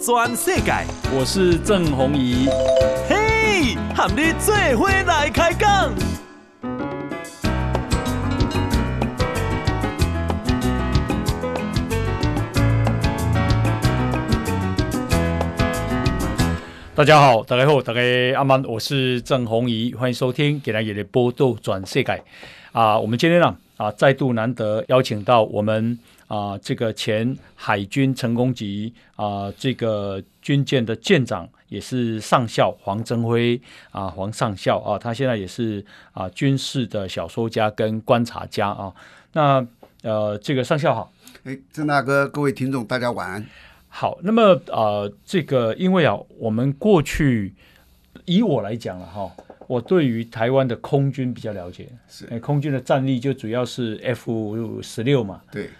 转世界，我是郑宏仪。嘿，和你做伙来开讲。大家好，大家好，大家阿曼，我是郑宏仪，欢迎收听《给大家的波动转世界》啊。我们今天呢啊，再度难得邀请到我们啊这个前海军成功级啊这个军舰的舰长，也是上校黄征辉啊黄上校啊，他现在也是啊军事的小说家跟观察家啊。那呃，这个上校好。哎，郑大哥，各位听众，大家晚安。好，那么呃，这个因为啊，我们过去以我来讲了哈，我对于台湾的空军比较了解，是哎空军的战力就主要是 F 十六嘛，对，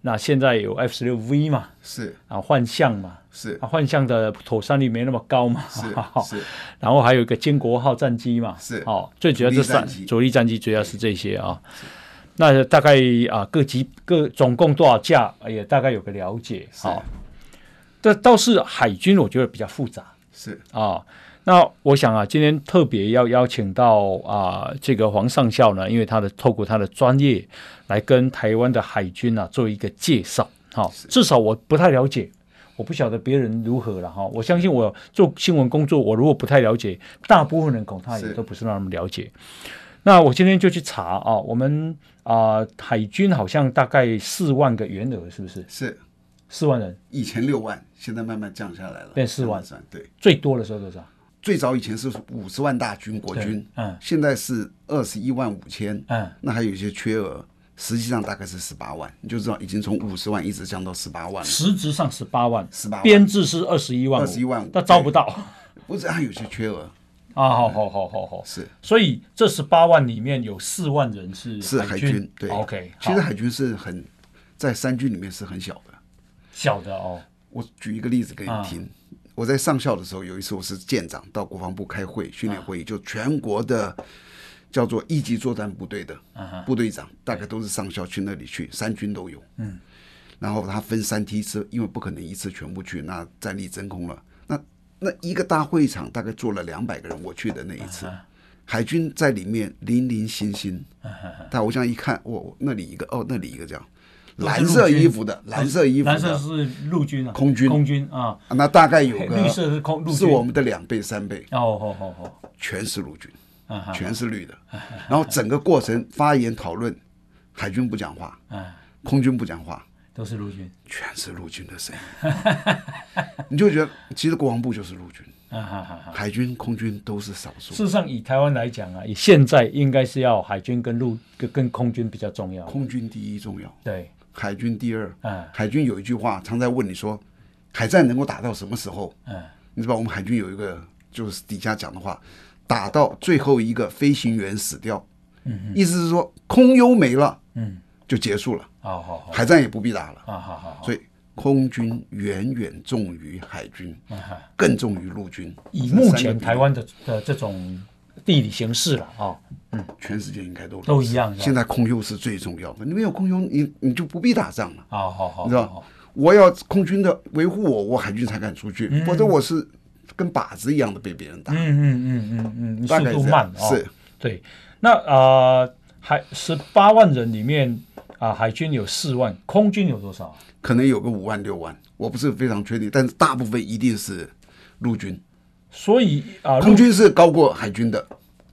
那现在有 F 十六 V 嘛，是啊幻象嘛，是啊幻象的妥善率没那么高嘛， 是是然后还有一个坚国号战机嘛，是哦，最主要这三主力战机主力战机主要是这些啊。那大概啊，各级各总共多少架，也大概有个了解是啊。哦但倒是海军，我觉得比较复杂是，啊。那我想啊，今天特别要邀请到啊，这个黄上校呢，因为他的透过他的专业来跟台湾的海军啊做一个介绍。好、至少我不太了解，我不晓得别人如何了哈。我相信我做新闻工作，我如果不太了解，大部分人恐怕也是都不是那么了解。那我今天就去查啊，我们啊、海军好像大概四万个员额，是不是？是四万人以前六万，现在慢慢降下来了，变四万慢慢算对，最多的时候多少？最早以前是五十万大军国军，嗯现在是二十一万五千，嗯，那还有一些缺额，实际上大概是十八万，你就知道已经从五十万一直降到十八万了。实质上十八万， 18万编制是二十一万， 21万但招不到啊！不是还有一些缺额，好好好好好，是所以这十八万里面有四万人是是海军，对 OK，其实好海军是很在三军里面是很小的，小的哦，我举一个例子给你啊听。我在上校的时候，有一次我是舰长到国防部开会训啊练会议，就全国的叫做一级作战部队的啊部队长，大概都是上校去那里去，三军都有。嗯，然后他分三梯次，因为不可能一次全部去，那战力真空了。那那一个大会场大概坐了两百个人，我去的那一啊次，海军在里面零零星星。但我这样一看，我我那里一个，哦那里一个这样，蓝色衣服的，蓝色衣服的，蓝色是陆军啊，空军空军啊，啊那大概有个绿色是空陆军是我们的两倍三倍，哦好好好，全是陆军，啊哈，全是绿的。然后整个过程发言讨论，海军不讲话，啊，空军不讲话，都是陆军，全是陆军的声音。 你就觉得其实国防部就是陆军，啊哈哈哈。海军、空军都是少数事。实上，以台湾来讲啊，以现在应该是要海军跟陆跟跟空军比较重要，空军第一重要，对，海军第二。嗯海军有一句话常在问你说，海战能够打到什么时候？嗯，你知道我们海军有一个就是底下讲的话，打到最后一个飞行员死掉，嗯、意思是说空优没了，嗯，就结束了，好哦好好，海战也不必打了。啊好好好，所以空军远远重于海军，啊哈。更重于陆军。以这目三个前比台湾的的这种地理形势了啊、哦，全世界应该都都一样是吧现在空优是最重要的，你没有空优，你你就不必打仗了，好哦好好，你知道？好我要空军的维护我，我海军才敢出去，否则我是跟靶子一样的被别人打。嗯嗯嗯嗯嗯，大速概度这慢样哦，是对。那呃，海十八万人里面啊、海军有四万，空军有多少？啊可能有个五万六万，我不是非常确定，但是大部分一定是陆军，所以啊，陆空军是高过海军的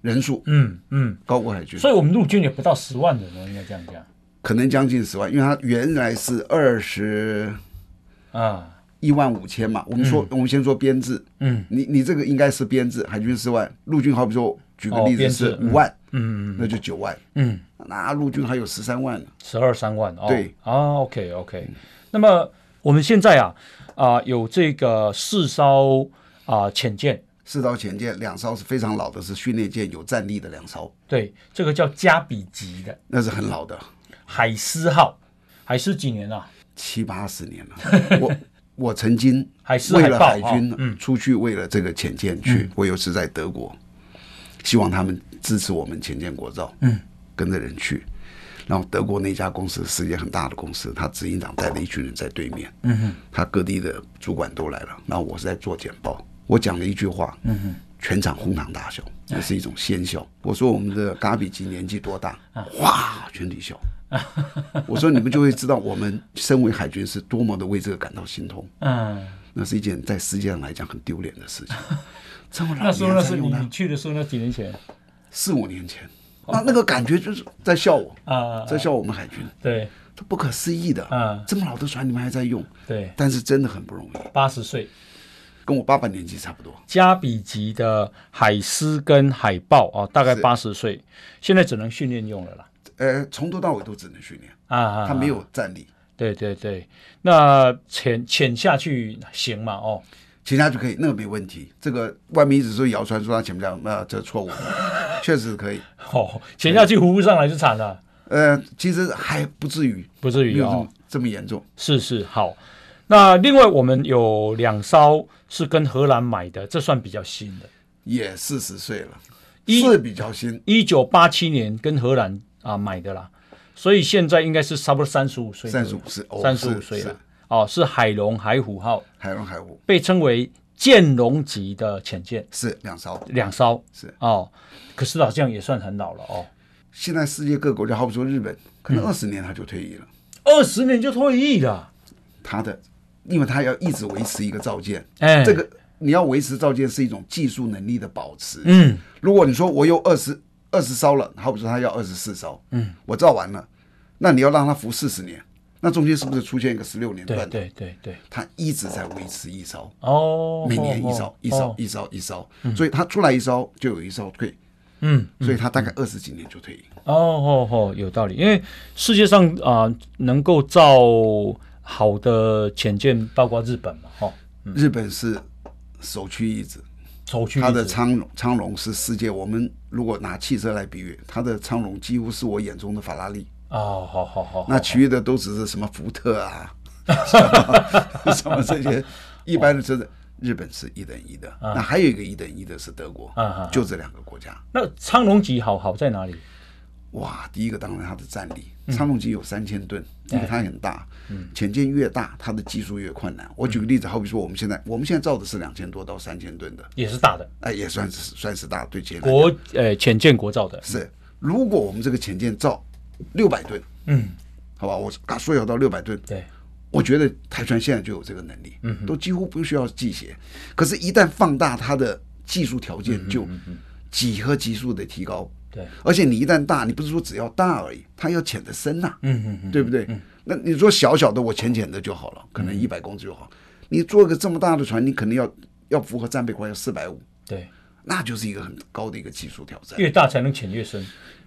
人数，嗯嗯，高过海军，所以我们陆军也不到十万人哦了，应该这样讲可能将近十万，因为它原来是二十啊。一万五千嘛。我们说，我们先说编制，嗯，你你这个应该是编制，海军四万，陆军好比说，举个哦例子编是制五万，嗯，那就九万，嗯，那陆军还有十三万呢，十二三万哦。对啊，OK OK。那么我们现在啊啊、有这个四艘啊、潜舰，四艘潜舰，两艘是非常老的，是训练舰，有战力的两艘，对，这个叫加比级的那是很老的，海狮号，海狮几年啊？七八十年了。 我我曾经海狮为了海海豹哦军出去，为了这个潜舰去，我有次在德嗯国，希望他们支持我们潜舰国造，嗯，跟着人去。然后德国那家公司是一家很大的公司，他执行长带了一群人在对面，嗯哼，他各地的主管都来了，然后我是在做简报，我讲了一句话，嗯哼，哎全场哄堂大笑，那是一种先笑。我说我们的嘎比吉年纪多大？哇，全体笑。 我说你们就会知道我们身为海军是多么的为这个感到心痛，嗯，那是一件在世界上来讲很丢脸的事情。这么老 那时候年那才是你用它你，去的时候那几年前四五年前，那那个感觉就是在笑我，啊，在笑我们海军。对这不可思议的，嗯这么老的船你们还在用，对，但是真的很不容易，八十岁。跟我爸爸年纪差不多。加比级的海狮跟海豹啊，大概八十岁，现在只能训练用了啦。呃，从头到尾都只能训练，啊啊，他没有。有战力，对对对，那潜潜下去行嘛？哦， 其他就可以，那个没问题。这个外面一直说谣传说他前不了，那、这错误，确实可以。哦，潜下去浮不上来就惨了，呃，其实还不至于，不至没于有这哦么。这么严重。是是，好。那另外我们有两艘是跟荷兰买的，这算比较新的，也四十岁了，一是比较新，一九八七年跟荷兰啊买的啦，所以现在应该是差不多三十五岁左右， 35是哦三十五是岁了是。哦，是海龙海虎号，海龙海虎被称为剑龙级的潜舰，是两艘。两艘是哦。可是好像也算很老了哦，现在世界各国家，好比说日本，嗯可能二十年他就退役了。二十年就退役了。它的，因为它要一直维持一个造舰，哎这个你要维持造舰是一种技术能力的保持。嗯，如果你说我有二十二十艘了，好比说它要二十四艘，嗯，我造完了，那你要让它服四十年，那中间是不是出现一个十六年对断的？对对对，它一直在维持一艘，哦，每年一哦艘哦，一艘，一艘，一艘，所以它出来一艘就有一艘退，嗯，所以它大概二十几年就退役。哦哦哦，有道理，因为世界上啊、能够造好的潜舰，包括日本嘛，哦，日本是首屈一指，首屈一它的指苍龙苍龙是世界，我们如果拿汽车来比喻，它的苍龙几乎是我眼中的法拉利，哦，好好好，那其余的都只是什么福 特啊，什么 什么这哦些一般的车子。日本是一等一的，那还有一个一等一的是德国啊啊，就这两个国家。那苍龙级好好在哪里？哇，第一个当然它的战力，嗯苍龙级有三千吨，哎因为它很大，潜舰越大，它的技术越困难。嗯我举个例子，好比说我们现在我们现在造的是两千多到三千吨的，也是大的哎，也算是算是大，对潜舰国呃潜舰国造的，是，如果我们这个潜舰造六百吨，嗯，好吧，我刚缩小到六百吨，对，我觉得台船现在就有这个能力，嗯，都几乎不需要系鞋。可是，一旦放大它的技术条嗯件，就几何级数的提高。对，而且你一旦大，你不是说只要大而已，它要潜得深呐、嗯嗯嗯，对不对？那你说小小的我浅浅的就好了，可能一百公尺就好。你做个这么大的船，你肯定要要符合战备款要四百五，对，那就是一个很高的一个技术挑战。越大才能潜越深，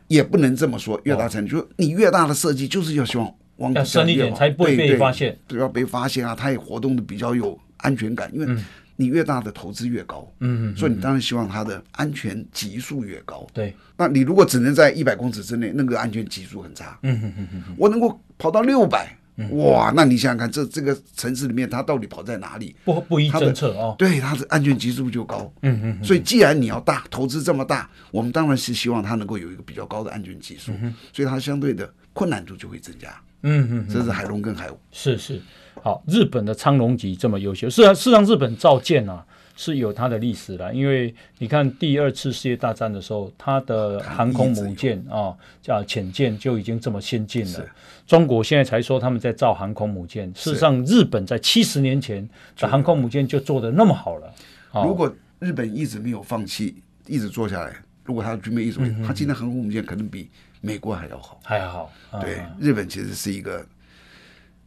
也不能这么说，越大才能，就是你越大的设计就是要希望往哦要深一点底下才越往不会对被对发现对，要被发现啊，它也活动的比较有安全感，因为嗯你越大的投资越高，嗯，所以你当然希望它的安全级数越高。对，那你如果只能在一百公尺之内，那个安全级数很差，嗯我能够跑到六百，嗯哇，那你想想看，这这个城市里面它到底跑在哪里？不不依它的政策哦，对它的安全级数就高。嗯嗯。所以既然你要大投资这么大，我们当然是希望它能够有一个比较高的安全级数，所以它相对的困难度就会增加。嗯嗯。这是海龙跟海虎，是是，好，日本的苍龙级这么优秀，是啊，事实上日本造舰啊是有它的历史的，因为你看第二次世界大战的时候，它的航空母舰啊，叫潜舰就已经这么先进了。中国现在才说他们在造航空母舰，事实上日本在七十年前的航空母舰就做的那么好了。哦如果日本一直没有放弃，一直做下来，如果它的军备一嗯直维持，它今天航空母舰可能比美国还要好。还好，啊、对，日本其实是一个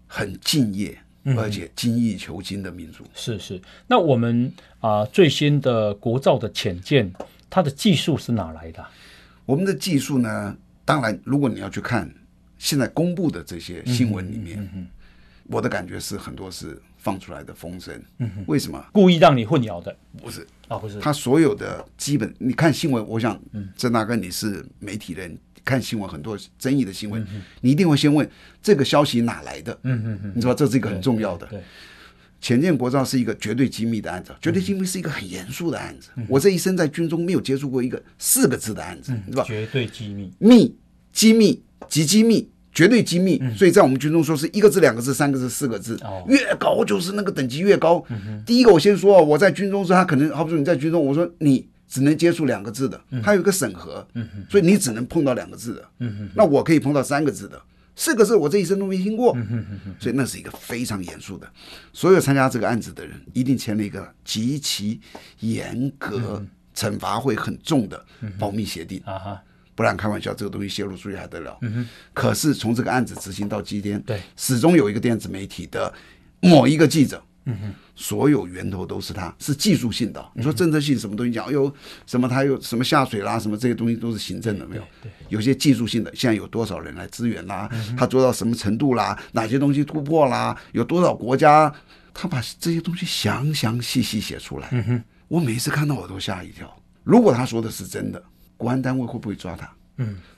很敬业嗯而且精益求精的民族。是是。那我们啊、最新的国造的潜舰，它的技术是哪来的啊、我们的技术呢，当然，如果你要去看现在公布的这些新闻里面，嗯我的感觉是很多是放出来的风声。嗯为什么？故意让你混淆的不是啊？不是，他所有的基本，你看新嗯闻，我想，郑大哥你是媒体人，看新闻很多争议的新嗯闻，你一定会先问这个消息哪来的？嗯嗯嗯，你知道这是一个很重要的。对对前建国造是一个绝对机密的案子，绝对机密是一个很严肃的案子。我这一生在军中没有接触过一个四个字的案子，你知道吧？绝对机密。密、机密、极机密。绝对机密，所以在我们军中说是一个字、两个字、三个字、四个字，哦越高就是那个等级越高。第一个我先说啊，我在军中是他可能，好比说你在军中，我说你只能接触两个字的，他有一个审核，所以你只能碰到两个字的。那我可以碰到三个字的，四个字我这一生都没听过，所以那是一个非常严肃的。所有参加这个案子的人，一定签了一个极其严格、惩罚会很重的保密协定。啊哈，不然开玩笑，这个东西泄露出去还得了？嗯可是从这个案子执行到今天，对始终有一个电子媒体的某一个记者，嗯哼，所有源头都是他，是技术性的哦。你说政策性什么东西讲，哎呦，什么他有什么下水啦，什么这些东西都是行政的没有？有些技术性的，现在有多少人来支援啦？他做到什么程度啦？哪些东西突破啦？有多少国家？他把这些东西详详细细写出来。嗯哼，我每次看到我都吓一跳。如果他说的是真的，国安单位会不会抓他？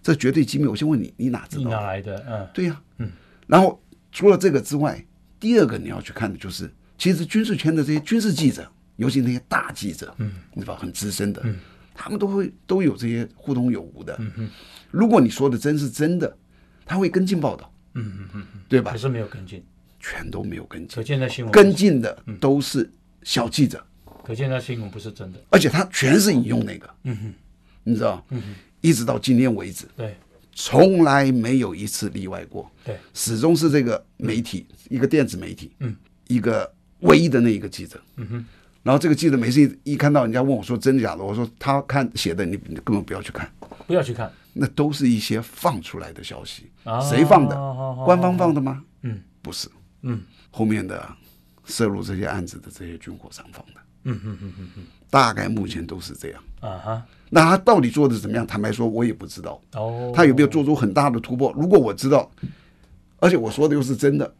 这绝对机密。我先问你，嗯你哪知你哪道？来的？嗯，对呀、嗯。然后除了这个之外，第二个你要去看的就是，其实军事圈的这些军事记者，尤其那些大记者，嗯，你知道很资深的，嗯，他们都会都有这些互通有无的。嗯如果你说的真是真的，他会跟进报道，嗯嗯嗯，对吧可？是没有跟进，全都没有跟进，可见那新闻不是跟，进的都是小记者，可见那新闻不是真的。而且他全是引用那个，嗯哼，你知道，嗯一直到今天为止，对从来没有一次例外过。对，始终是这个媒体，一个电子媒体，嗯，一个唯一的那一个记者，嗯哼。然后这个记者每次一一看到人家问我说真的假的，我说他看写的你你根本不要去看，不要去看。那都是一些放出来的消息，啊谁放的好好？官方放的吗？嗯，不是，嗯，后面的涉入这些案子的这些军火商放的，嗯嗯嗯嗯嗯，大概目前都是这样。啊哈，那他到底做的怎么样？坦白说，我也不知道。哦，他有没有做出很大的突破？如果我知道，而且我说的又是真的，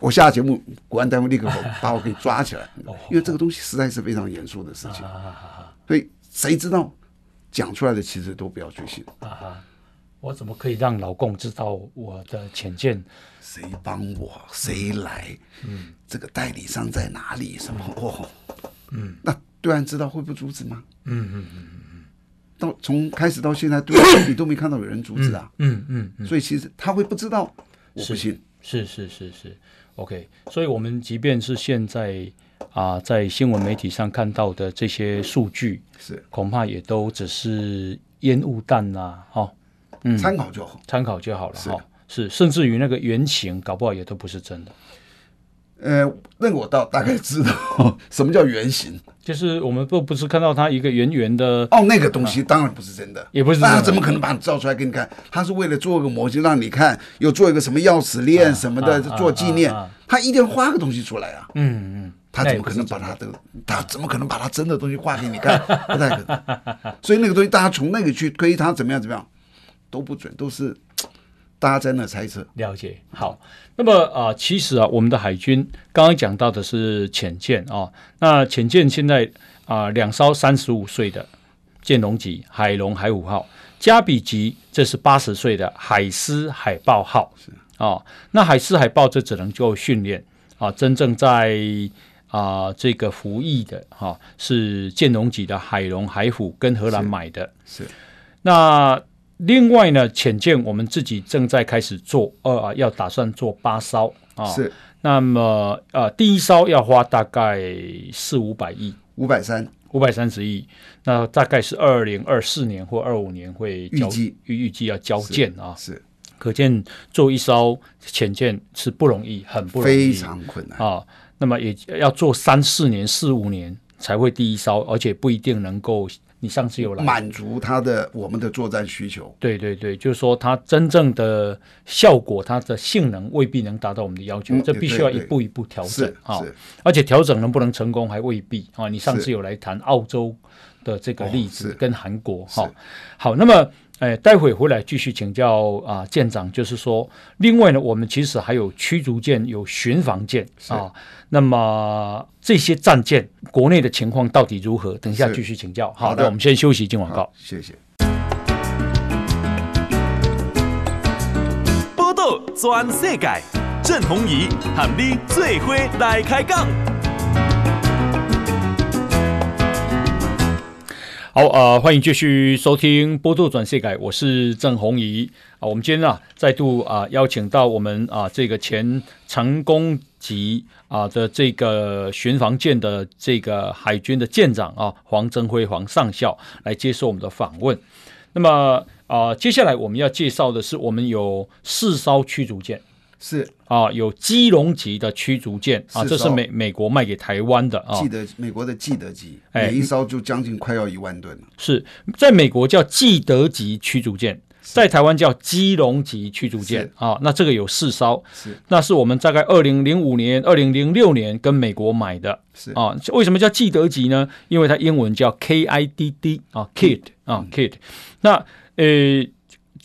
我下节目国安单位立刻把把我给抓起来，因为这个东西实在是非常严肃的事情，啊哈哈所以谁知道讲出来的其实都不要去信，哈啊哈，我怎么可以让老共知道我的浅见？谁帮我谁来，这个代理商在哪里什么哦，嗯，那对岸知道会不阻止吗？嗯嗯嗯嗯。到从开始到现在，对岸你都没看到有人阻止啊，嗯嗯嗯，所以其实他会不知道，我不信。是是是是，OK。所以我们即便是现在啊、在新闻媒体上看到的这些数据，是恐怕也都只是烟雾弹啦、哈、嗯参考就好。参考就好了哈、是，甚至于那个原型，搞不好也都不是真的。呃，那个我倒大概知道 什么叫原型就是我们不不是看到它一个圆圆的，哦，那个东西当然不是真的，啊也不是真的那他怎么可能把你造出来给你看？他是为了做个模型让你看，又做一个什么钥匙链什么的、啊做纪念，啊啊啊他一定要画个东西出来啊。嗯嗯，他怎么可能把他的他怎么可能把他真的东西画给你看？不太可能。所以那个东西，大家从那个去推他怎么样怎么样，都不准，都是大家在那猜测。了解，好。那么啊、其实啊，我们的海军刚刚讲到的是潜舰啊、那潜舰现在啊、两艘三十五岁的舰龙级海龙海虎号，加比级这是八十岁的海狮海豹号，是啊、那海狮海豹这只能就训练啊、真正在啊、这个服役的哈、是舰龙级的海龙海虎跟荷兰买的，是那另外呢，浅见我们自己正在开始做，呃，啊要打算做八艘啊。。是，那么呃，第一艘要花大概四五百亿，五百三五百三十亿，那大概是二零二四年或二五年会交预计预预计要交建啊。是可见做一艘浅舰是不容易，很不容易，非常困难。啊，那么也要做三四年、四五年才会第一艘，而且不一定能够。你上次有来满足他的我们的作战需求，对对对，就是说它真正的效果，它的性能未必能达到我们的要求，嗯这必须要一对对步一步调整是啊、是而且调整能不能成功还未必啊、你上次是哦有来谈澳洲的这个例子是跟韩国哈、好，那么。哎，待会回来继续请教啊、舰长，就是说，另外呢，我们其实还有驱逐舰、有巡防舰啊。那么这些战舰，国内的情况到底如何？等一下是继续请教。好好的，的我们先休息，进广告。谢谢。报道全世界，郑鸿仪和你做伙来开讲。好，呃，欢迎继续收听《波多转世改》，我是郑红怡啊。我们今天啊，再度啊邀请到我们啊这个前成功级啊的这个巡防舰的这个海军的舰长啊黄征辉黄上校来接受我们的访问。那么啊、接下来我们要介绍的是，我们有四艘驱逐舰。是啊，有基隆级的驱逐舰啊，四艘这是美美国卖给台湾的啊记，得美国的记得级，哎每一艘就将近快要一万吨了。是在美国叫基德级驱逐舰，在台湾叫基隆级驱逐舰是啊。那这个有四艘，是那是我们大概二零零五年、二零零六年跟美国买的是啊。为什么叫基德级呢？因为它英文叫 KIDD 啊，Kid 嗯啊，Kid。那呃。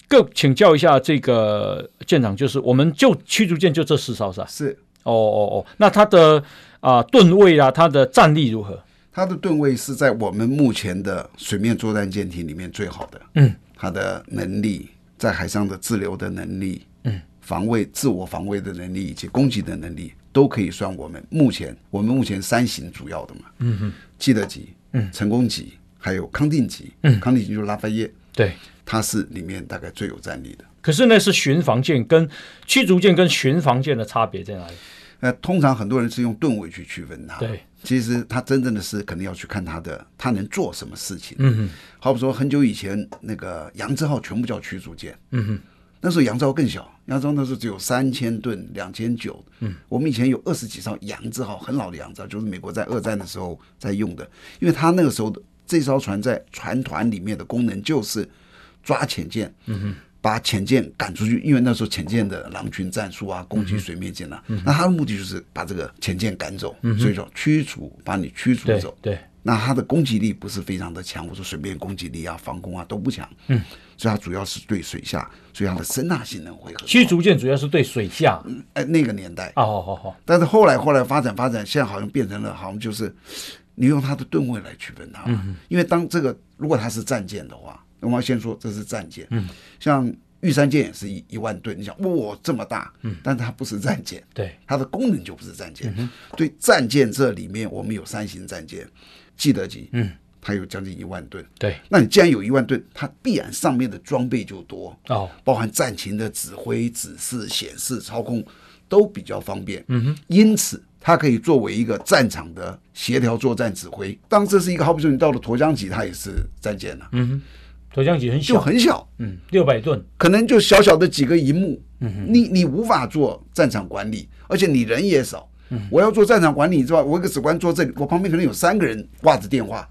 各请教一下这个舰长，就是我们就驱逐舰就这四艘是吧？是，哦哦哦，那它的啊吨、位啊，它的战力如何？它的吨位是在我们目前的水面作战舰艇里面最好的。嗯，它的能力在海上的自流的能力，嗯，防卫自我防卫的能力以及攻击的能力，都可以算我们目前我们目前三型主要的嘛。嗯哼，基德级，嗯，成功级，还有康定级，嗯，康定级就是拉斐耶，对，它是里面大概最有战力的。可是那是巡防舰跟驱逐舰跟巡防舰的差别在哪里？那通常很多人是用吨位去区分它，对，其实它真正的是可能要去看它的它能做什么事情。嗯好比说很久以前那个扬之号全部叫驱逐舰，嗯哼，那时候扬之号更小，扬之号那时候只有三千吨、两千九，嗯，我们以前有二十几艘扬之号，很老的扬之号，就是美国在二战的时候在用的，因为它那个时候的这艘船在船团里面的功能就是抓潜舰，嗯哼，把潜舰赶出去，因为那时候潜舰的狼群战术啊，攻击水面舰啊，那它的目的就是把这个潜舰赶走，所以说驱逐，把你驱逐对走。对，那它的攻击力不是非常的强，我说水面攻击力啊、防空啊都不强，嗯，所以它主要是对水下，所以它的声呐性能会很驱逐舰主要是对水下哎那个年代，啊，好好好，但是后来后来发展发展，现在好像变成了好像就是你用它的吨位来区分它嘛，因为当这个如果它是战舰的话，我们要先说这是战舰，嗯，像玉山舰也是一一万吨，你想哇这么大，嗯，但它不是战舰，对，它的功能就不是战舰。对战舰这里面，我们有三型战舰，基德级，嗯，它有将近一万吨。对，那你既然有一万吨，它必然上面的装备就多，哦，包含战情的指挥、指示、显示、操控都比较方便。嗯哼，因此它可以作为一个战场的协调作战指挥。当这是一个，好比说你到了沱江级，它也是战舰了、沱江级很嗯就小，很小，嗯，六百吨，可能就小小的几个荧幕，你你无法做战场管理，而且你人也少。我要做战场管理之外，我一个指挥官坐这里，我旁边可能有三个人挂着电话，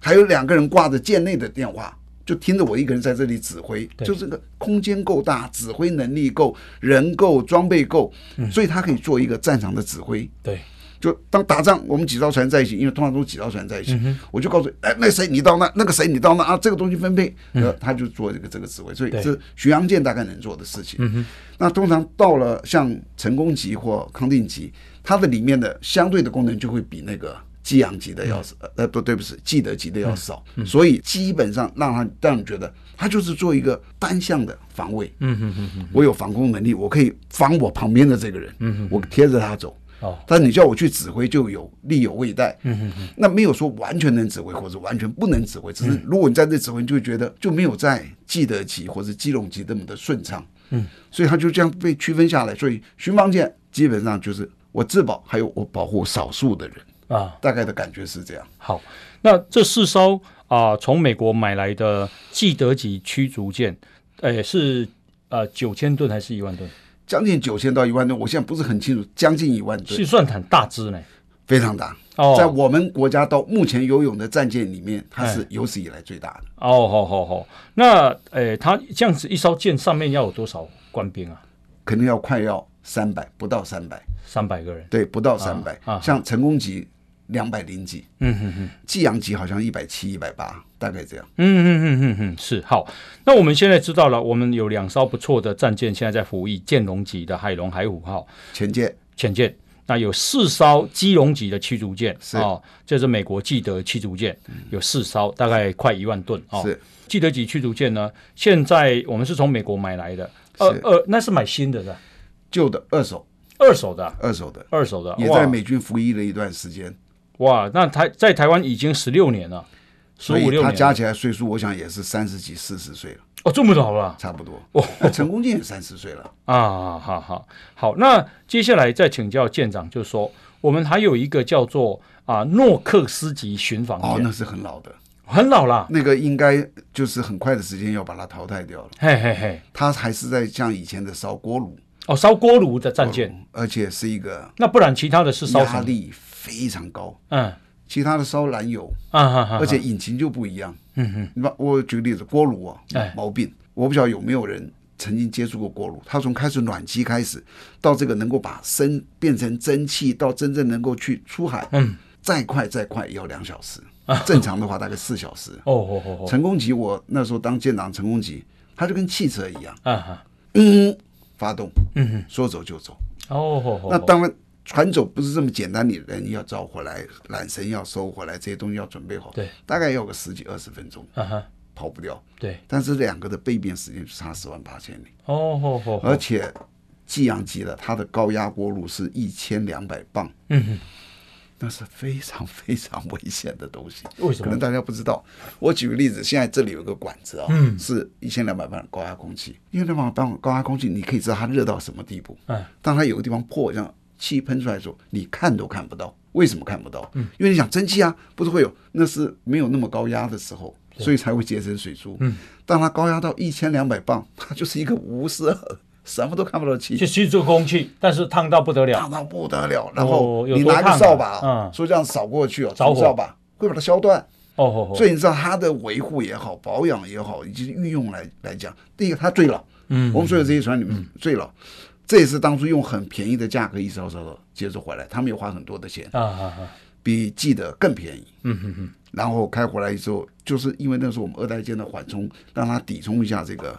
还有两个人挂着舰内的电话，就听着我一个人在这里指挥，就这个空间够大，指挥能力够，人够，装备够，所以他可以做一个战场的指挥。对，就当打仗，我们几艘船在一起，因为通常都是几艘船在一起，我就告诉你，哎，那谁你到那，那个谁你到那啊，这个东西分配，呃，他就做这个这个职位，所以对这是巡洋舰大概能做的事情。那通常到了像成功级或康定级，它的里面的相对的功能就会比那个。基洋级的要少，呃，不对，不是基德级的要少，所以基本上让他让你觉得他就是做一个单向的防卫。嗯嗯嗯，我有防空能力，我可以防我旁边的这个人，嗯，我贴着他走。哦，但你叫我去指挥，就有力有未逮。嗯嗯嗯。那没有说完全能指挥，或者完全不能指挥，只是如果你在这指挥，你就会觉得就没有在基德级或者基隆级那么的顺畅。嗯。所以他就这样被区分下来。所以巡防舰基本上就是我自保，还有我保护少数的人，啊，大概的感觉是这样。好，那这四艘啊，从、美国买来的基德级驱逐舰，呃，是呃九千吨还是一万吨？将近九千到一万吨，我现在不是很清楚，将近一万吨是，算很大只呢。非常大。哦在我们国家到目前游泳的战舰里面，它是有史以来最大的。哦，好好好，那呃，它这样子一艘舰上面要有多少官兵啊？可能要快要三百，不到三百。三百个人。对，不到三百、啊像成功级两百零几，嗯哼哼。济阳级好像一百七、一百八，大概这样。嗯嗯嗯嗯嗯，是好。那我们现在知道了，我们有两艘不错的战舰现在在服役，建龙级的海龙海虎号前舰潜舰，那有四艘基隆级的驱逐舰是嗯啊、哦，这是美国记得驱逐舰，有四艘，大概快一万吨啊。哦是记得级驱逐舰呢，现在我们是从美国买来的，二是二那是买新的是吧？旧的二手，二手的啊、二手的二手的，也哇在美军服役了一段时间，哇，那台在台湾已经十六年了十所五以六他年加起来岁数，我想也是三十几、四十岁了，哦，这么早了差不多。哦那陈功进也三十岁了，啊，好好好。那接下来再请教舰长，就是说我们还有一个叫做啊诺克斯级巡防哦，舰，那是很老的，很老啦，那个应该就是很快的时间要把它淘汰掉了。嘿嘿嘿，他还是在像以前的烧锅炉，哦，烧锅炉的战舰。而且是一个那不然其他的是烧什哦压么？力非常高，嗯其他的烧燃油，啊哈哈，而且引擎就不一样。嗯嗯，你把我举个例子，锅炉啊哎，毛病，我不晓得有没有人曾经接触过锅炉。它从开始暖机开始，到这个能够把生变成蒸汽，到真正能够去出海，嗯，再快再快也要两小时，正常的话大概四小时。哦哦哦哦，成功级，我那时候当舰长，成功级，它就跟汽车一样，啊哈，嗯，发动，嗯哼，说走就走。哦哦哦，那当然，船走不是这么简单，你人要招回来，缆绳要收回来，这些东西要准备好，对，大概要个十几二十分钟，啊哈，跑不掉。对，但是两个的背面时间就差十万八千里，哦哦哦，而且济阳级的它的高压锅炉是一千两百磅，嗯哼，那是非常非常危险的东西。为什可能么？大家不知道，我举个例子，现在这里有个管子啊，嗯是一千两百磅的高压空气，一千两百磅高压空气，你可以知道它热到什么地步。嗯，当它有个地方破，像气喷出来的时候，你看都看不到。为什么看不到？嗯，因为你想蒸汽啊，不是会有，那是没有那么高压的时候，所以才会结成水珠。嗯，当它高压到一千两百磅， 它就是一个无色，什么都看不到的气就。吸住空气，但是烫到不得了烫到不得了，然后你有多拿烫啊个扫把，嗯说这样扫过去哦，着火竹扫把会把它削断。哦哦哦，所以你知道它的维护也好、保养也好，以及运用来来讲，第一个它最老，嗯我们所有这些船里面最老，这也是当初用很便宜的价格一烧烧烧接着回来，他们也花很多的钱，啊啊啊，比寄的更便宜。嗯哼哼，然后开回来之后，就是因为那时候我们二代间的缓冲，让它抵冲一下这个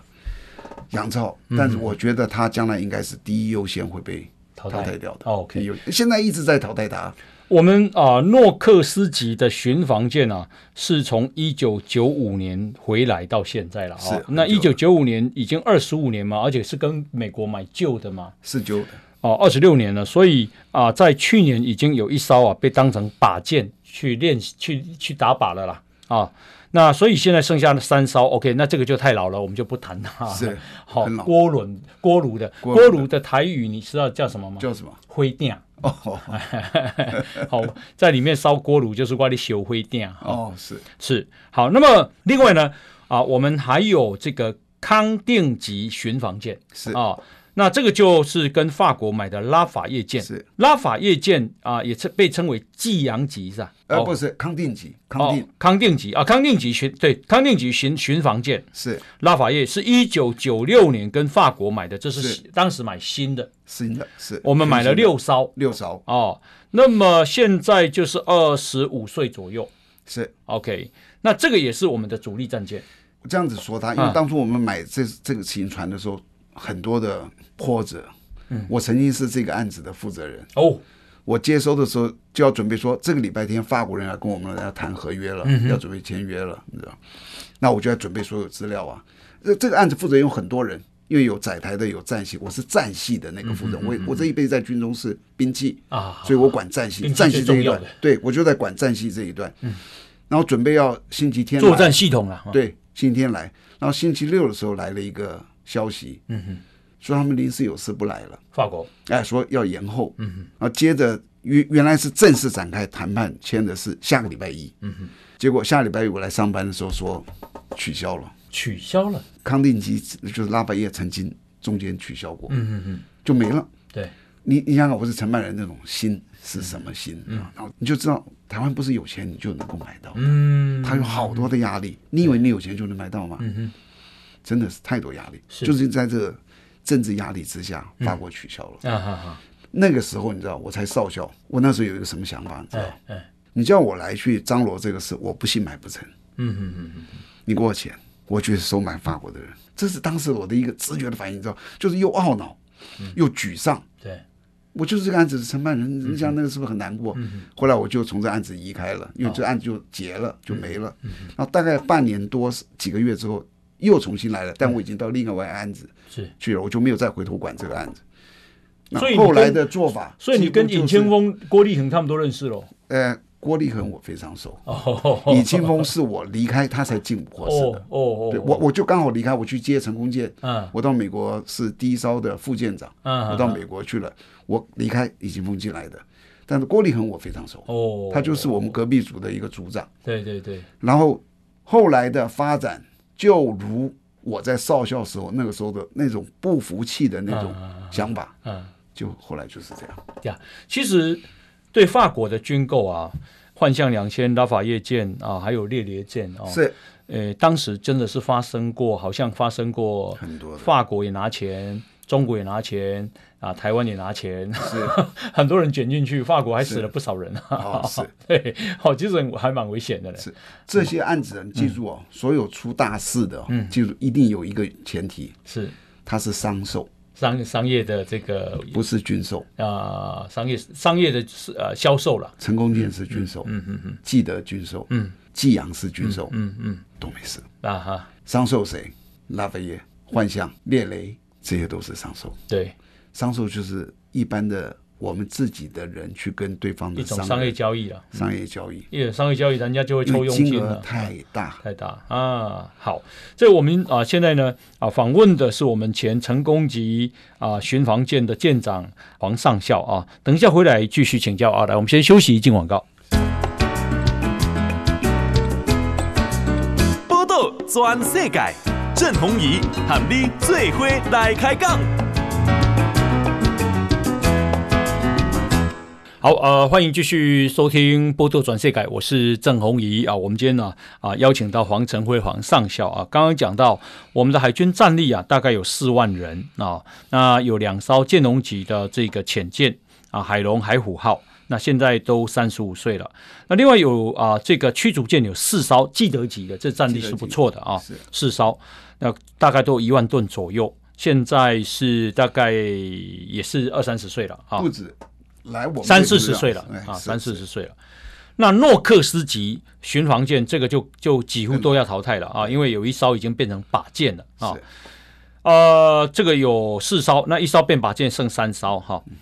洋超，嗯但是我觉得它将来应该是第一优先会被淘淘汰汰掉的。哦，OK 第一优现在一直在淘汰它，我们啊，诺克斯级的巡防舰啊，是从一九九五年回来到现在了啊、是很久那了一九九五年已经二十五年嘛，而且是跟美国买旧的嘛，是旧的。哦、2二十六年了。所以啊，在去年已经有一艘啊被当成靶舰去练习去去打靶了啦啊。那所以现在剩下的三艘，OK，那这个就太老了，我们就不谈它了。是好很老锅轮锅炉的锅锅炉的炉的台语你知道叫什么吗？叫什么？灰电。哦 好，在里面烧锅炉就是挂的修灰店啊，哦，是是好。那么另外呢，啊，我们还有这个康定级巡防舰是啊，那这个就是跟法国买的拉法叶舰，是拉法叶舰啊，也称被称为济阳级是吧？呃，哦不是康定级，康哦定，康定级啊，康定级巡对康定级巡巡防舰是拉法叶是一九九六年跟法国买的，这是是当时买新的，新的，是我们买了全新的六艘六艘，哦，那么现在就是二十五岁左右，是 OK，那这个也是我们的主力战舰我这样子说它，因嗯为当初我们买这这个型船的时候，很多的波折。嗯我曾经是这个案子的负责人，哦。我接收的时候就要准备说，这个礼拜天法国人要跟我们要谈合约了，嗯要准备签约了，你知道？那我就要准备所有资料啊。这这个案子负责人有很多人，因为有载台的，有战系，我是战系的那个嗯负责人。我我这一辈子在军中是兵器啊所以我管战系，兵器战系这最一重要段的，对我就在管战系这一段。然后准备要星期天作来战系统啦，哈，对，星期天来，然后星期六的时候来了一个消息，嗯哼，说他们临时有事不来了，法国哎，说要延后，嗯哼，然后接着原原来是正式展开谈判，签的是下个礼拜一，嗯哼，结果下礼拜一我来上班的时候说取消了，取消了，康定基就是拉法叶曾经中间取消过，嗯嗯嗯，就没了。对，你你想想，我是承办人那种心是什么心？啊？然后你就知道台湾不是有钱你就能够买到，嗯，他有好多的压力。你以为你有钱就能买到吗？真的是太多压力，嗯就是嗯在这个政治压力之下，法国取消了。啊哈哈，那个时候你知道，我才少校，我那时候有一个什么想法，你知道？哎哎，你叫我来去张罗这个事，我不信买不成。嗯嗯嗯嗯，你给我钱，我去收买法国的人。这是当时我的一个直觉的反应，你知道，就是又懊恼，嗯又沮丧。对，我就是这个案子的承办嗯人，你想那个是不是很难过？后来我就从这案子移开了，哦因为这案子就结了，嗯就没了。然后大概半年多几个月之后，又重新来了，但我已经到另外一个案子是，去了，我就没有再回头管这个案子。那所以你后来跟的做法，所以你跟几乎尹就是清峰、郭立恒他们都认识喽，呃，郭立恒我非常熟，哦李清峰是我离开他才进五货室的哦。哦对我，我就刚好离开，我去接陈功建。嗯我到美国是第一艘的副舰长。嗯嗯我到美国去了，我离开李金峰进来的，但是郭立恒我非常熟，哦，他就是我们隔壁组的一个组长。对对对，然后后来的发展，就如我在少校时候那个时候的那种不服气的那种啊想法，嗯。就后来就是这样。呀其实对法国的军购啊，幻象两千、拉法叶舰啊，还有猎猎舰啊，是呃，当时真的是发生过，好像发生过很多的法国也拿钱，中国也拿钱啊，台湾也拿钱， 很多人卷进去，法国还死了不少人啊，哦是 对，好、其实还蛮危险的嘞，是这些案子，你记住哦，嗯所有出大事的、哦，记住一定有一个前提，是它是商售，商商业的这个不是军售。啊、商业商业的呃销售了，成功舰是军售，嗯嗯嗯，记得军售，嗯，济阳是军售，嗯嗯，都没事。啊哈，商售谁？拉斐耶、幻象、列雷，这些都是商售。对，商售就是一般的我们自己的人去跟对方一的种嗯商商业人交易了。商业交易，因为商业交易，人家就会因抽为佣金金啊额了。太大。太大啊！好，这我们啊、现在呢啊，访问的是我们前成功级啊巡防舰的舰长黄上校啊。等一下回来继续请教啊。来，我们先休息一进广告。报道全世界，郑鸿仪和你做伙来开讲。好，呃，欢迎继续收听《波多转世改》，我是郑红怡啊。我们今天呢啊邀请到黄成辉黄上校啊，刚刚讲到我们的海军战力啊，大概有四万人啊，那有两艘建龙级的这个潜舰啊，海龙、海虎号。那现在都三十五岁了，那另外有啊、这个驱逐舰有四艘基德级的，这战力是不错的啊，是四艘，那大概都一万吨左右，现在是大概也是二三十岁了啊，不止来我们三这四个十岁了哎啊，是三四是十岁了。那诺克斯级巡防舰这个就就几乎都要淘汰了啊，因为有一艘已经变成靶舰了啊是。呃，这个有四艘，那一艘变靶舰剩三艘哈。嗯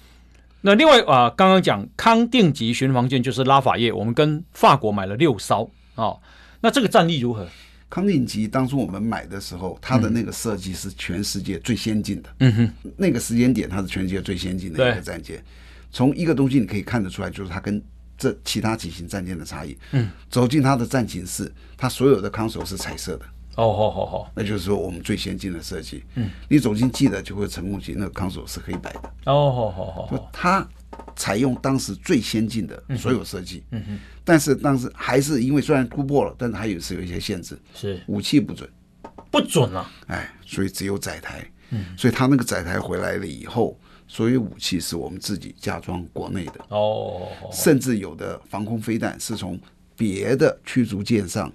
那另外啊、刚刚讲康定级巡防舰就是拉法叶，我们跟法国买了六艘啊。那这个战力如何？康定级当初我们买的时候，它的那个设计是全世界最先进的。嗯哼，那个时间点它是全世界最先进的一对个战舰。从一个东西你可以看得出来，就是它跟这其他几型战舰的差异。嗯，走进它的战情室，它所有的 console 是彩色的，哦，好好好，那就是说我们最先进的设计。嗯，你走进记得就会成功级那个 console 是黑白的。哦，好好好好，它采用当时最先进的所有设计，嗯哼，但是当时还是因为虽然突破了，但是还有是有一些限制，是武器不准，不准啊。哎，所以只有载台，嗯，所以它那个载台回来了以后，所有武器是我们自己加装国内的，哦，甚至有的防空飞弹是从别的驱逐舰上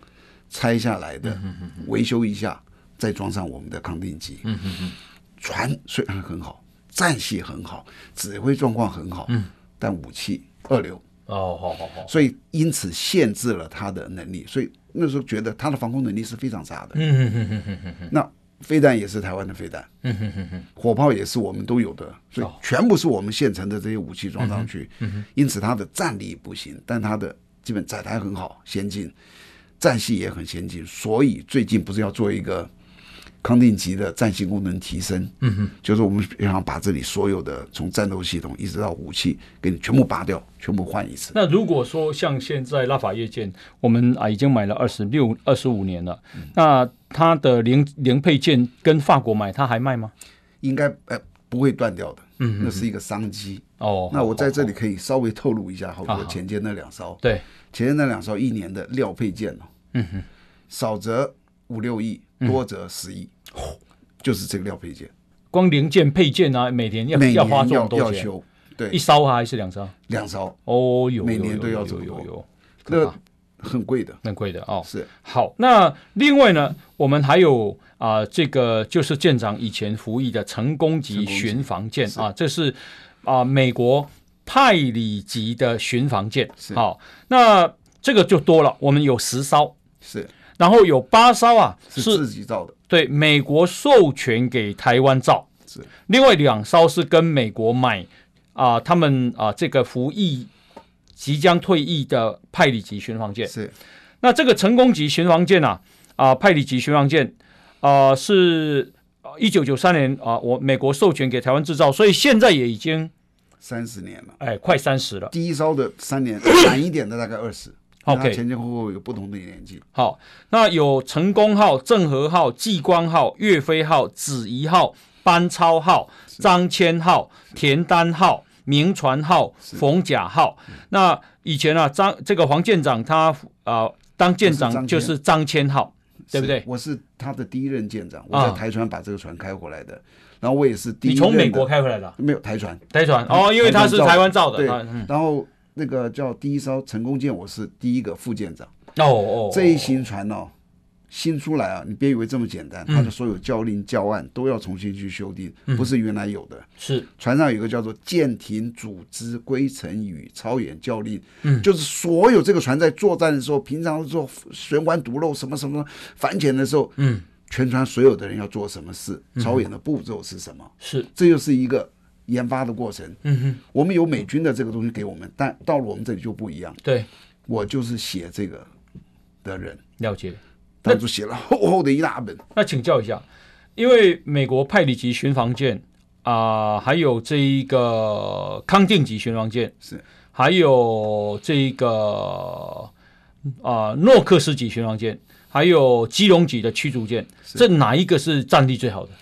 拆下来的，维修一下再装上我们的康定机。嗯嗯嗯，船虽然很好，战系很好，指挥状况很好，嗯，但武器二流，哦，好好好，所以因此限制了他的能力。所以那时候觉得他的防空能力是非常差的。嗯那飞弹也是台湾的飞弹，嗯哦火炮也是我们都有的，所以全部是我们现成的这些武器装上去。因此它的战力不行，但它的基本载台很好，先进，战系也很先进。所以最近不是要做一个。康定级的战性功能提升，嗯哼，就是我们想把这里所有的从战斗系统一直到武器给你全部拔掉，全部换一次。那如果说像现在拉法叶舰，我们啊已经买了二十六、二十五年了，那它的零零配件跟法国买，它还卖吗？应该呃不会断掉的，嗯，那是一个商机。哦，那我在这里可以稍微透露一下，好，我前舰那两艘，对，前舰那两艘一年的料配件哦，嗯哼，少则五六亿，嗯多则十亿，哦就是这个料配件，光零件配件啊，每年要每要年花这么要多要钱，修，一对，艘啊还是两艘？两艘，哦，有，每有年有都要有这么有多有，可那怕很贵的，蛮贵的哦。是好，那另外呢，我们还有啊、这个就是舰长以前服役的成功级巡防舰啊，这是啊、美国派里级的巡防舰。是好，那这个就多了，我们有十艘，是然后有八艘啊是是自己造的，对美国授权给台湾造，是另外两艘是跟美国买啊、他们啊、这个服役即将退役的派里级巡防舰。是那这个成功级巡防舰啊，啊、派里级巡防舰啊、是一九九三年啊、我美国授权给台湾制造，所以现在也已经三十年了。哎快三十了。第一艘的三 年，晚一点的大概二十。因为它 OK 前前后后有不同的年纪。好，那有成功号、郑和号、纪光号、岳飞号、子怡号、班超号、张骞号、田丹号、明传号、冯甲号。那以前啊，张这个黄舰长他啊、呃当舰长就就是张骞号，对不是对？我是他的第一任舰长，我啊在台船把这个船开回来的，然后我也是第一你任的。从美国开回来的啊没有台船，台船哦，因为他是台湾造的。对啊嗯，然后那个叫第一艘成功舰，我是第一个副舰长。哦哦，这一型船哦，新出来啊，你别以为这么简嗯单，它的所有教令教案都要重新去修订，不是原来有的。是船上有一个叫做《舰艇组织规程与操演教令》，嗯，就是所有这个船在作战的时候，平常做玄关独漏什么什么反潜的时候，嗯，全船所有的人要做什么事，操演的步骤是什么，是，这又是一个研发的过程。嗯哼，我们有美军的这个东西给我们，但到了我们这里就不一样。对，我就是写这个的人，了解。当初写了厚厚的一大本，那请教一下，因为美国派里级巡防舰啊、还有这一个康定级巡防舰，是还有这一个啊、诺克斯级巡防舰，还有基隆级的驱逐舰，这哪一个是战力最好的？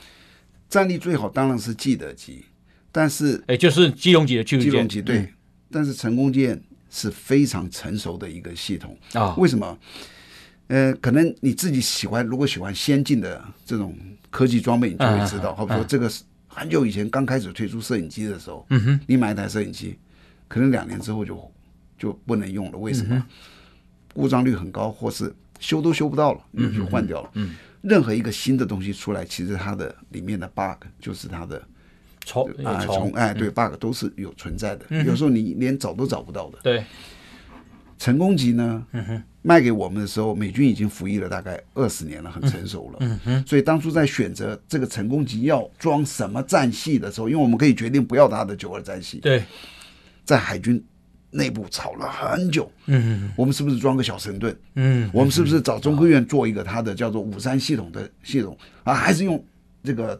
战力最好当然是基德级，但是哎，就是基隆级的驱基逐隆舰级对，嗯但是成功舰是非常成熟的一个系统。啊，为什么？呃，可能你自己喜欢，如果喜欢先进的这种科技装备，你就会知道。好比说，这个是很久以前刚开始推出摄影机的时候，啊嗯哼，你买一台摄影机，可能两年之后就就不能用了。为什么？故障率很高，或是修都修不到了，你就换掉了。嗯，任何一个新的东西出来，其实它的里面的 bug 就是它的虫有啊虫嗯从，哎对 bug 都是有存在的，有时候你连找都找不到的。对，成功级呢，嗯卖给我们的时候，美军已经服役了大概二十年了，很嗯成熟了。所以当初在选择这个成功级要装什么战系的时候，因为我们可以决定不要它的九二战系，对，在海军内部吵了很久。嗯我们是不是装个小神盾？嗯，我们是不是找中科院做一个它的叫做五三系统的系统啊？还是用这个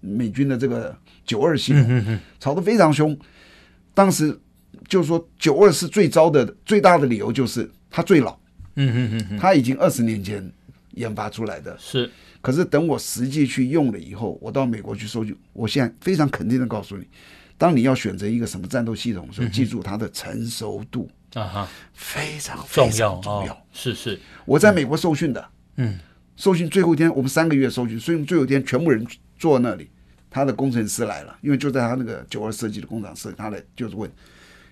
美军的这个九二嗯系统？吵得非常凶。当时就说九二是最糟的，最大的理由就是它最老，嗯嗯嗯嗯，它已经二十年前研发出来的。是可是等我实际去用了以后，我到美国去搜集，我现在非常肯定的告诉你，当你要选择一个什么战斗系统的嗯时候，记住它的成熟度啊哈，非常非重常要重要哦。，是是，我在美国受训的，嗯，受训最后一天，我们三个月受训，所以我们最后一天全部人坐那里，他的工程师来了，因为就在他那个九二设计的工厂室，他来就是问，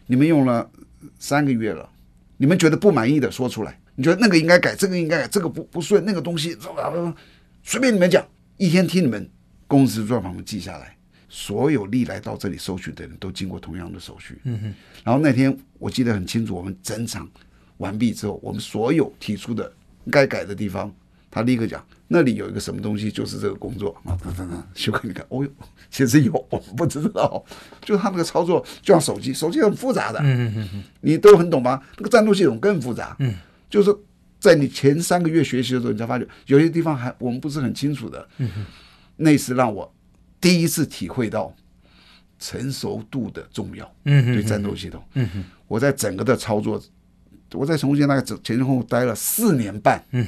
你们用了三个月了，你们觉得不满意的说出来，你觉得那个应该改，这个应该改，这个不不顺，那个东西，随便你们讲，一天听你们，公司专访我们记下来。所有历来到这里受训的人都经过同样的手续，嗯哼。然后那天我记得很清楚，我们整场完毕之后，我们所有提出的该改的地方，他立刻讲那里有一个什么东西，就是这个工作啊，等等等，修改你看，哦哟，其实有，我们不知道，就是他那个操作，就像手机，手机很复杂的，嗯嗯嗯，你都很懂吗？那个战斗系统更复杂，嗯，就是说在你前三个月学习的时候，你才发觉有些地方还我们不是很清楚的，嗯那是让我第一次体会到成熟度的重要，嗯对战斗系统，嗯我在整个的操作我在重庆那个前前后后待了四年半，嗯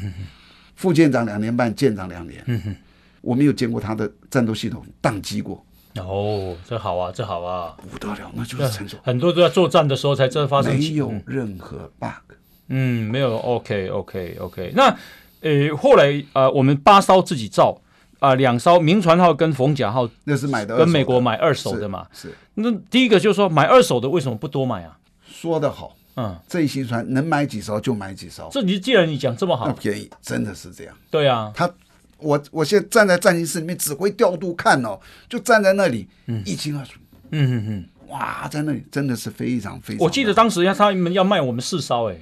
副舰长两年半，舰长两年，我没有见过他的战斗系统宕机过，哦，这好啊，这好啊。不得了，那就是成熟，很多都在作战的时候才真的发生没起。有任何 bug。嗯，没有。OK OK OK。那呃，后来呃，我们八艘自己造啊、两艘明船号跟冯甲号那是买的二手的，跟美国买二手的嘛。是那第一个就是说买二手的为什么不多买啊？说得好，嗯，这一型船能买几艘就买几艘，这你既然你讲这么那好，便宜真的是这样。对啊，他，我我现在站在战情室里面指挥调度看哦，就站在那里一清二楚，嗯嗯嗯，哇，在那里真的是非常非常，我记得当时他们要卖我们四艘、欸，哎，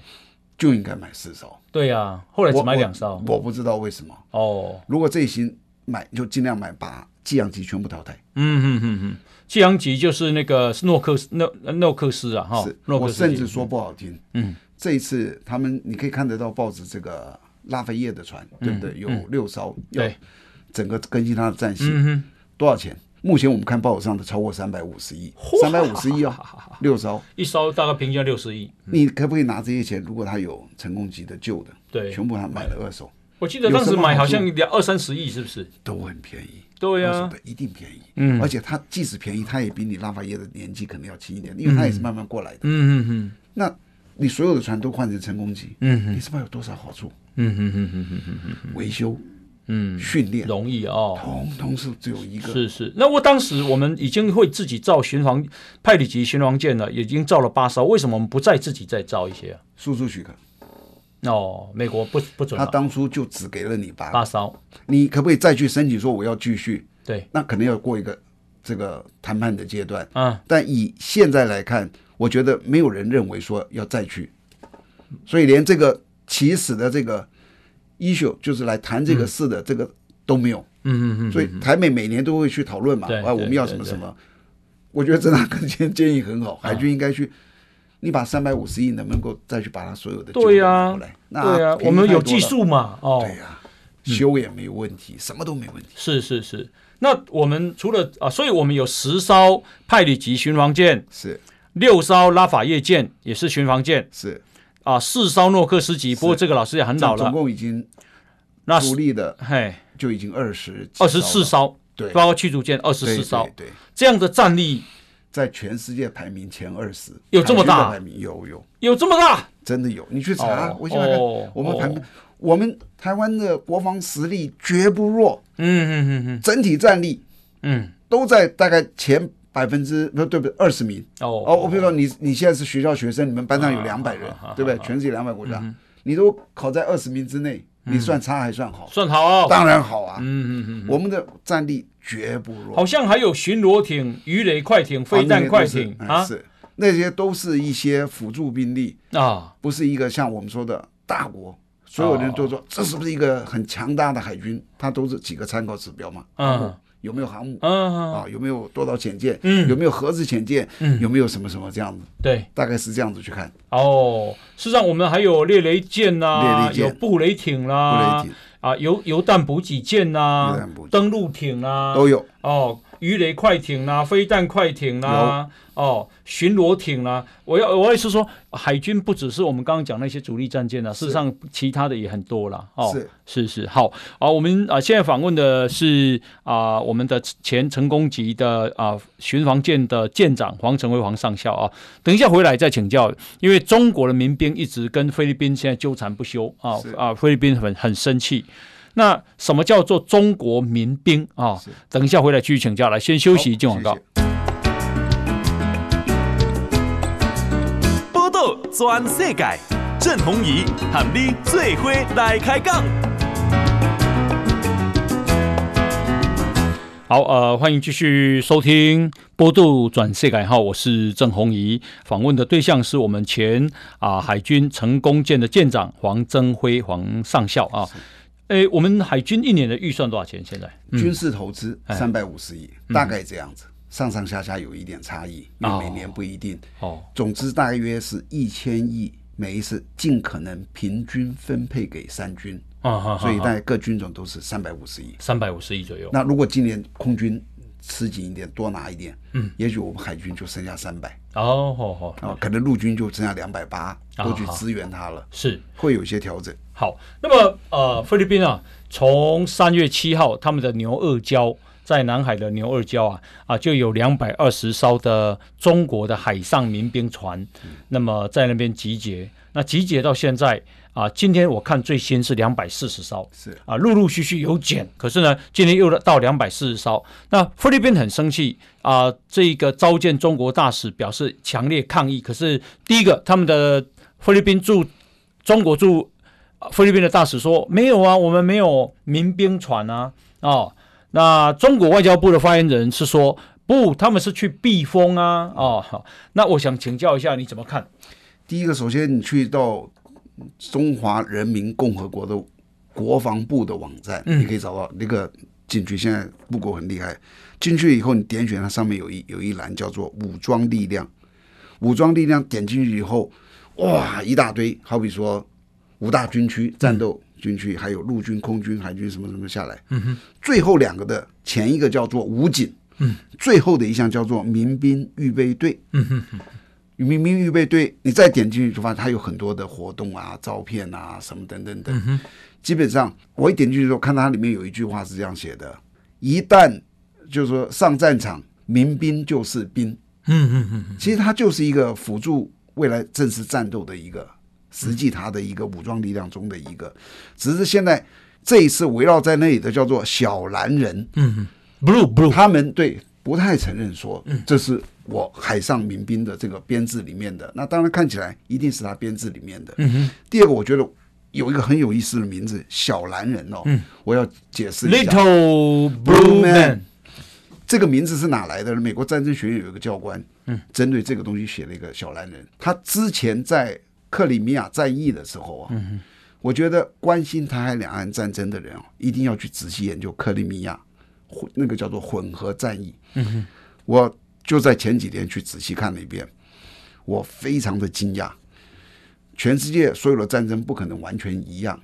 就应该买四艘，对啊，后来只我买我两艘。我不知道为什么。哦，如果这一型买就尽量买，把寄养级全部淘汰。嗯嗯嗯嗯，季扬吉就是那个是诺克斯诺诺克斯啊哈是，诺我克斯甚至说不好听，嗯，这一次他们你可以看得到报纸这个拉菲叶的船，对不对？有六艘，嗯对，嗯整个更新它的战系，多少钱？目前我们看报纸上的超过三百五十亿，三百五十 亿啊，六艘，一艘大概平均六十亿。你可不可以拿这些钱？如果他有成功级的旧的，对全部他买了二手，我记得当时买好有什么像好两二三十亿，是不是？都很便宜。对啊呀、二手的一定便宜，嗯，而且它即使便宜，它也比你拉法耶的年纪可能要轻一点，因为它也是慢慢过来的。嗯嗯嗯嗯那你所有的船都换成成功级，嗯，你知不知道有多少好处？嗯嗯嗯嗯嗯维修，嗯，训嗯，，练容易哦。统统是只有一个。是是，那我当时我们已经会自己造巡航派里级巡航舰了，已经造了八艘，为什么我们不再自己再造一些、啊？输出许可，哦，美国不不准他了，当初就只给了你八个，八艘，你可不可以再去申请说我要继续？对，那可能要过一个这个谈判的阶段。嗯，但以现在来看，我觉得没有人认为说要再去，所以连这个起始的这个 issue 就是来谈这个事的这个都没有。嗯嗯嗯嗯，所以台美每年都会去讨论嘛，对啊，对啊我们要什么什么。我觉得郑大哥建 建议很好，海军应该去，你把三百五十亿能不能够再去把它所有的对呀、呀，那对呀、啊便宜我们有太多了技，术嘛，哦，对啊呀，修也没问题，什么都没问题。是是是。那我们除了啊，所以我们有十艘派里级巡防舰，是六艘拉法叶舰也是巡防舰是，啊，四艘诺克斯级，不过这个老师也很老总了，共已经那主是力的嘿就已经二十二十四艘，对包括驱逐舰二十对四艘对，对，对这样的战力在全世界排名前二十，有这么大海军的排名？有有，有这么大？真的有，你去查哦，我想想看哦，我们哦台湾我们台湾的国防实力绝不弱，嗯嗯嗯整体战力嗯都在大概前百分之不对不对二十名。嗯，哦哦，我比如说你你现在是学校学生，你们班上有两百人啊啊啊啊，嗯对不对？全世界两百国家，你都考在二十名之内，你算差还算好？算好哦，当然好啊，嗯嗯嗯，我们的战力绝不弱。好像还有巡逻艇、鱼雷快艇、飞弹快艇啊那啊个都是，嗯是那些都是一些辅助兵力，啊，不是一个像我们说的大国，所有人都说这是不是一个很强大的海军？它都是几个参考指标嘛，航母嗯有没有航母嗯，啊？有没有多岛潜舰？有没有核子潜舰？有没有什么什么这样子？对。大概是这样子去看。哦，事实上我们还有猎雷舰啦、猎雷舰有布雷艇啦、布雷艇啊，游游弹补给舰啦、游弹补给登陆艇啦、都有哦，鱼雷快艇啦、飞弹快艇啦、哦，巡逻艇啦。我要我也是说，海军不只是我们刚刚讲那些主力战舰啊啦，事实上其他的也很多啦。哦，是是是好啊，我们啊现在访问的是啊我们的前成功级的啊巡防舰的舰长黄成辉黄上校啊，等一下回来再请教，因为中国的民兵一直跟菲律宾现在纠缠不休啊是啊，菲律宾很很生气。那什么叫做中国民兵啊是？等一下回来继续请教，来先休息一进广告谢。谢报道全世界，郑鸿仪和你做伙来开讲。好，呃，欢迎继续收听《波度转世改号》，我是郑红怡。访问的对象是我们前啊、海军成功舰的舰长黄增辉黄上校啊。诶，我们海军一年的预算多少钱？现在？军事投资哎三百五十亿，嗯大概这样子，上上下下有一点差异，因哦为每年不一定。哦，总之大约是一千亿，每一次尽可能平均分配给三军，啊哈所以大概各军种都是三百五十亿。三百五十亿左右。那如果今年空军吃紧一点，多拿一点，嗯，也许我们海军就剩下三百哦，好、好、啊，可能陆军就剩下两百八，啊都去支援它了，是会有一些调整。好。那么呃，菲律宾啊，从三月七号他们的牛二礁。在南海的牛二礁啊啊，就有两百二十艘的中国的海上民兵船，那么在那边集结。那集结到现在啊，今天我看最新是两百四十艘，是啊，陆陆续续有减，可是呢，今天又到两百四十艘。那菲律宾很生气啊、这个召见中国大使表示强烈抗议。可是第一个，他们的菲律宾驻中国驻呃菲律宾的大使说没有啊，我们没有民兵船啊，哦，那中国外交部的发言人是说不，他们是去避风啊，哦，好那我想请教一下你怎么看？第一个，首先你去到嗯中华人民共和国的国防部的网站，你可以找到那个进去。现在部国很厉害，进去以后你点选它上面有一有一栏叫做武装力量，武装力量点进去以后，哇，一大堆，好比说五大军区战斗。军区还有陆军、空军、海军什么什么下来，嗯哼，最后两个的前一个叫做武警，嗯，最后的一项叫做民兵预备队，嗯哼，民兵预备队，你再点进去就发现它有很多的活动啊、照片啊什么等等等，嗯、基本上我一点进去之后，看到它里面有一句话是这样写的：一旦就是说上战场，民兵就是兵，嗯嗯嗯，其实它就是一个辅助未来正式战斗的一个。实际它的一个武装力量中的一个，只是现在这一次围绕在那里的叫做小蓝人，嗯，blue blue，他们对不太承认说这是我海上民兵的这个编制里面的。那当然看起来一定是他编制里面的。嗯第二个，我觉得有一个很有意思的名字“小蓝人”哦，我要解释一下。 ，little blue man，这个名字是哪来的？美国战争学院有一个教官，嗯，针对这个东西写了一个小蓝人。他之前在克里米亚战役的时候啊，我觉得关心台海两岸战争的人啊，一定要去仔细研究克里米亚混那个叫做混合战役。我就在前几天去仔细看了一遍，我非常的惊讶。全世界所有的战争不可能完全一样，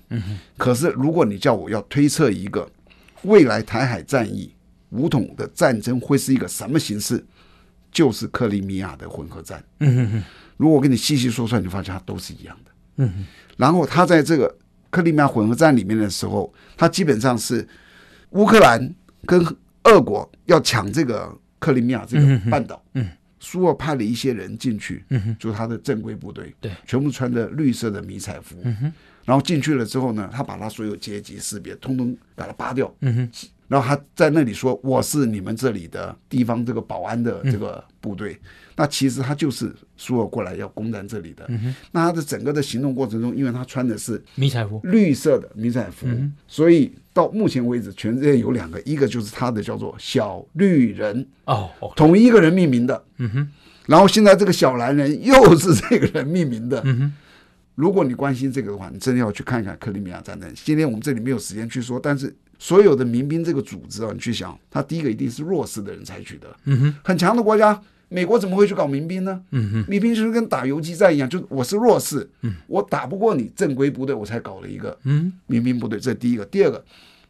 可是如果你叫我要推测一个未来台海战役、武统的战争会是一个什么形式，就是克里米亚的混合战。如果我跟你细细说出来，你就发现它都是一样的。嗯然后他在这个克里米亚混合战里面的时候，他基本上是乌克兰跟俄国要抢这个克里米亚这个半岛，嗯哼嗯苏俄派了一些人进去，就是他的正规部队，对，嗯全部穿着绿色的迷彩服，然后进去了之后呢，他把他所有阶级识别通通把它扒掉，嗯哼，然后他在那里说我是你们这里的地方这个保安的这个部队，那其实他就是苏俄过来要攻占这里的。那他的整个的行动过程中，因为他穿的是迷彩服，绿色的迷彩服，所以到目前为止，全世界有两个，一个就是他的叫做小绿人，哦哦，同一个人命名的。嗯哼，然后现在这个小蓝人又是这个人命名的。如果你关心这个的话，你真的要去看一看克里米亚战争。今天我们这里没有时间去说，但是所有的民兵这个组织啊，你去想，他第一个一定是弱势的人采取的。嗯哼，很强的国家，美国怎么会去搞民兵呢？嗯哼，民兵就是跟打游击战一样，就是我是弱势，嗯，我打不过你正规部队，我才搞了一个嗯民兵部队。这第一个，第二个，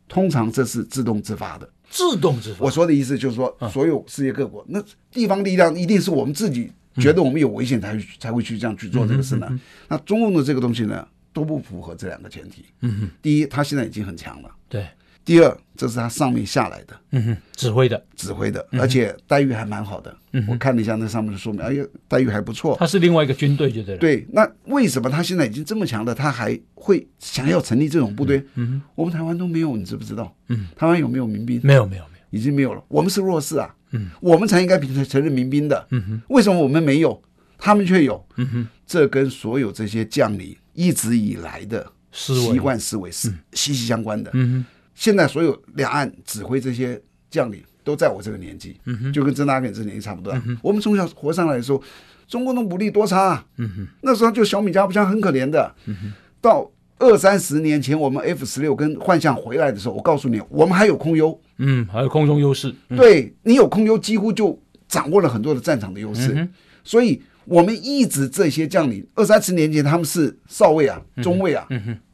通常这是自动自发的。自动自发，我说的意思就是说，所有世界各国，那地方力量一定是我们自己觉得我们有危险才会去才会去这样去做这个事呢。那中共的这个东西呢，都不符合这两个前提。嗯哼，第一，他现在已经很强了；对，第二，这是他上面下来的嗯哼，指挥的，指挥的，而且待遇还蛮好的。我看了一下那上面的说明，哎呀，待遇还不错。他是另外一个军队，就对了，，对，那为什么他现在已经这么强了，他还会想要成立这种部队？嗯，我们台湾都没有，你知不知道？嗯，台湾有没有民兵？没有没有没有，已经没有了，我们是弱势啊，嗯，我们才应该承承认民兵的，嗯哼，为什么我们没有，他们却有？嗯哼，这跟所有这些将领一直以来的思维习惯思维是息息相关的，嗯哼，现在所有两岸指挥这些将领都在我这个年纪，嗯哼，就跟曾大根这年纪差不多啊，我们从小活上来的时候，中共的武力多差、啊，嗯哼，那时候就小米加步枪很可怜的，嗯哼，到。二三十年前，我们 F 十六跟幻象回来的时候，我告诉你，我们还有空优，嗯，还有空中优势，对你有空优，几乎就掌握了很多的战场的优势。嗯所以，我们一直这些将领，二三十年前他们是少尉啊、嗯中尉啊，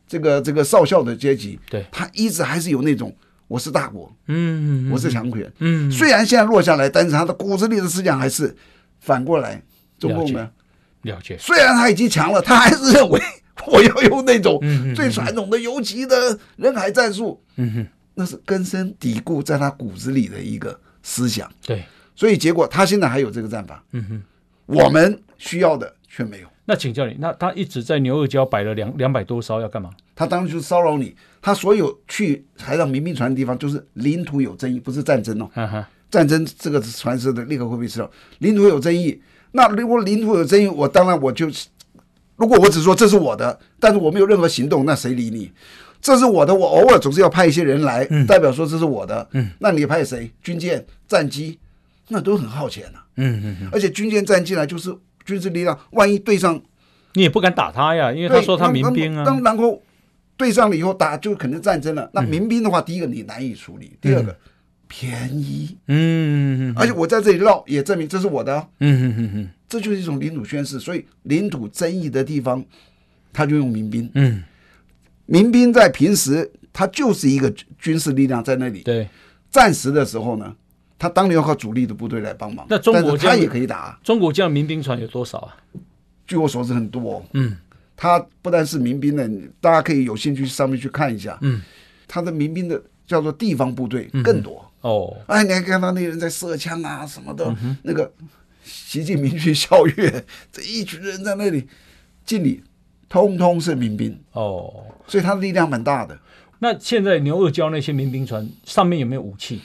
这个这个少校的阶级，对他一直还是有那种我是大国，嗯我是强权。嗯，虽然现在落下来，但是他的骨子里的思想还是反过来。中共了呢，了解，虽然他已经强了，他还是认为 我要用那种最传统的游击的人海战术，嗯哼，那是根深蒂固在他骨子里的一个思想。对，所以结果他现在还有这个战法，嗯哼。我们需要的却没有。那请教你，那他一直在牛二礁摆了两两百多艘，要干嘛？他当时就是骚扰你，他所有去海上民兵船的地方，就是领土有争议，不是战争哦。哈啊哈，战争这个船是的立刻会被知道，领土有争议。那如果领土有争议，我当然我就是，如果我只说这是我的，但是我没有任何行动，那谁理你？这是我的，我偶尔总是要派一些人来，嗯代表说这是我的。嗯，那你派谁？军舰、战机，那都很耗钱啊呐、嗯嗯，而且军舰、战机来就是军事力量，万一对上你也不敢打他呀，因为对，他说他民兵当啊，然后对上了以后打就可能战争了。嗯那民兵的话，第一个你难以处理，第二个便宜，嗯嗯而且我在这里绕也证明这是我的啊，嗯嗯嗯这就是一种领土宣示。所以领土争议的地方，他就用民兵。嗯，民兵在平时他就是一个军事力量在那里，对。战时的时候呢，他当然要靠主力的部队来帮忙。那中国但是这样他也可以打啊，中国这样民兵船有多少啊？据我所知很多、哦。嗯，他不但是民兵的，大家可以有兴趣去上面去看一下。嗯，他的民兵的叫做地方部队更多。哦，哎，你还看到那人在射枪啊什么的，嗯那个习近平去校阅， 这一群人在那里敬礼，通通是民兵，哦，所以他的力量蛮大的。那现在牛二礁那些民兵船上面有没有武器？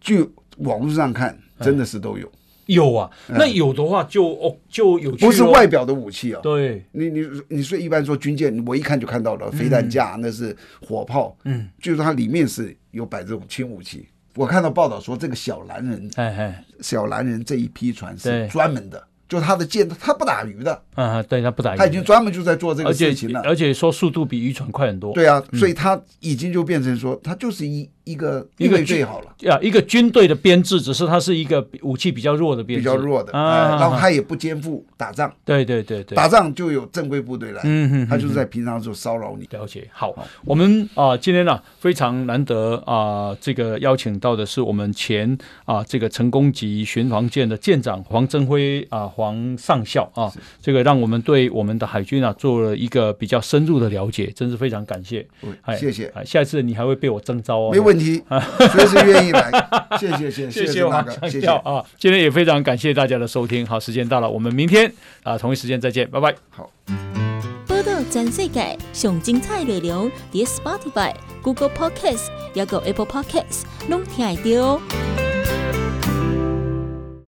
据网络上看，真的是都有，有啊，那有的话就哦就有趣咯嗯不是外表的武器啊、对，你你你说一般说军舰，我一看就看到了飞弹架，那是火炮，嗯，就是它里面是有摆这种轻武器。我看到报道说，这个小蓝人哎哎，小蓝人这一批船对是专门的，就是他的舰，他不打鱼的，啊，对他不打他已鱼，经专门就在做这而个且呃嗯事情了。而且说速度比渔船快很多。对啊，所以他已经就变成说，他就是一一个一个预备军队好了，啊，一个军队的编制，只是它是一个武器比较弱的编比制，较弱的，哎啊，然后他也不肩负打仗，对对对对，打仗就有正规部队来嗯哼，他就是在平常的时候骚扰你。了解，好，我们啊、今天呢、非常难得啊、这个邀请到的是我们前啊、这个成功级巡防舰的舰长黄征辉啊、黄上校啊，这个让我们对我们的海军啊做了一个比较深入的了解，真是非常感谢，哎谢谢，哎下次你还会被我征召哦，没问题，随时愿意来。谢谢，谢谢谢，谢大黄哥，上谢校谢，啊，今天也非常感谢大家的收听，好，时间到了，我们明天啊、同一时间再见，拜拜。好。报道全世界上精彩内容，伫 Spotify、Google Podcast，还有 Apple Podcast，拢听得到哦。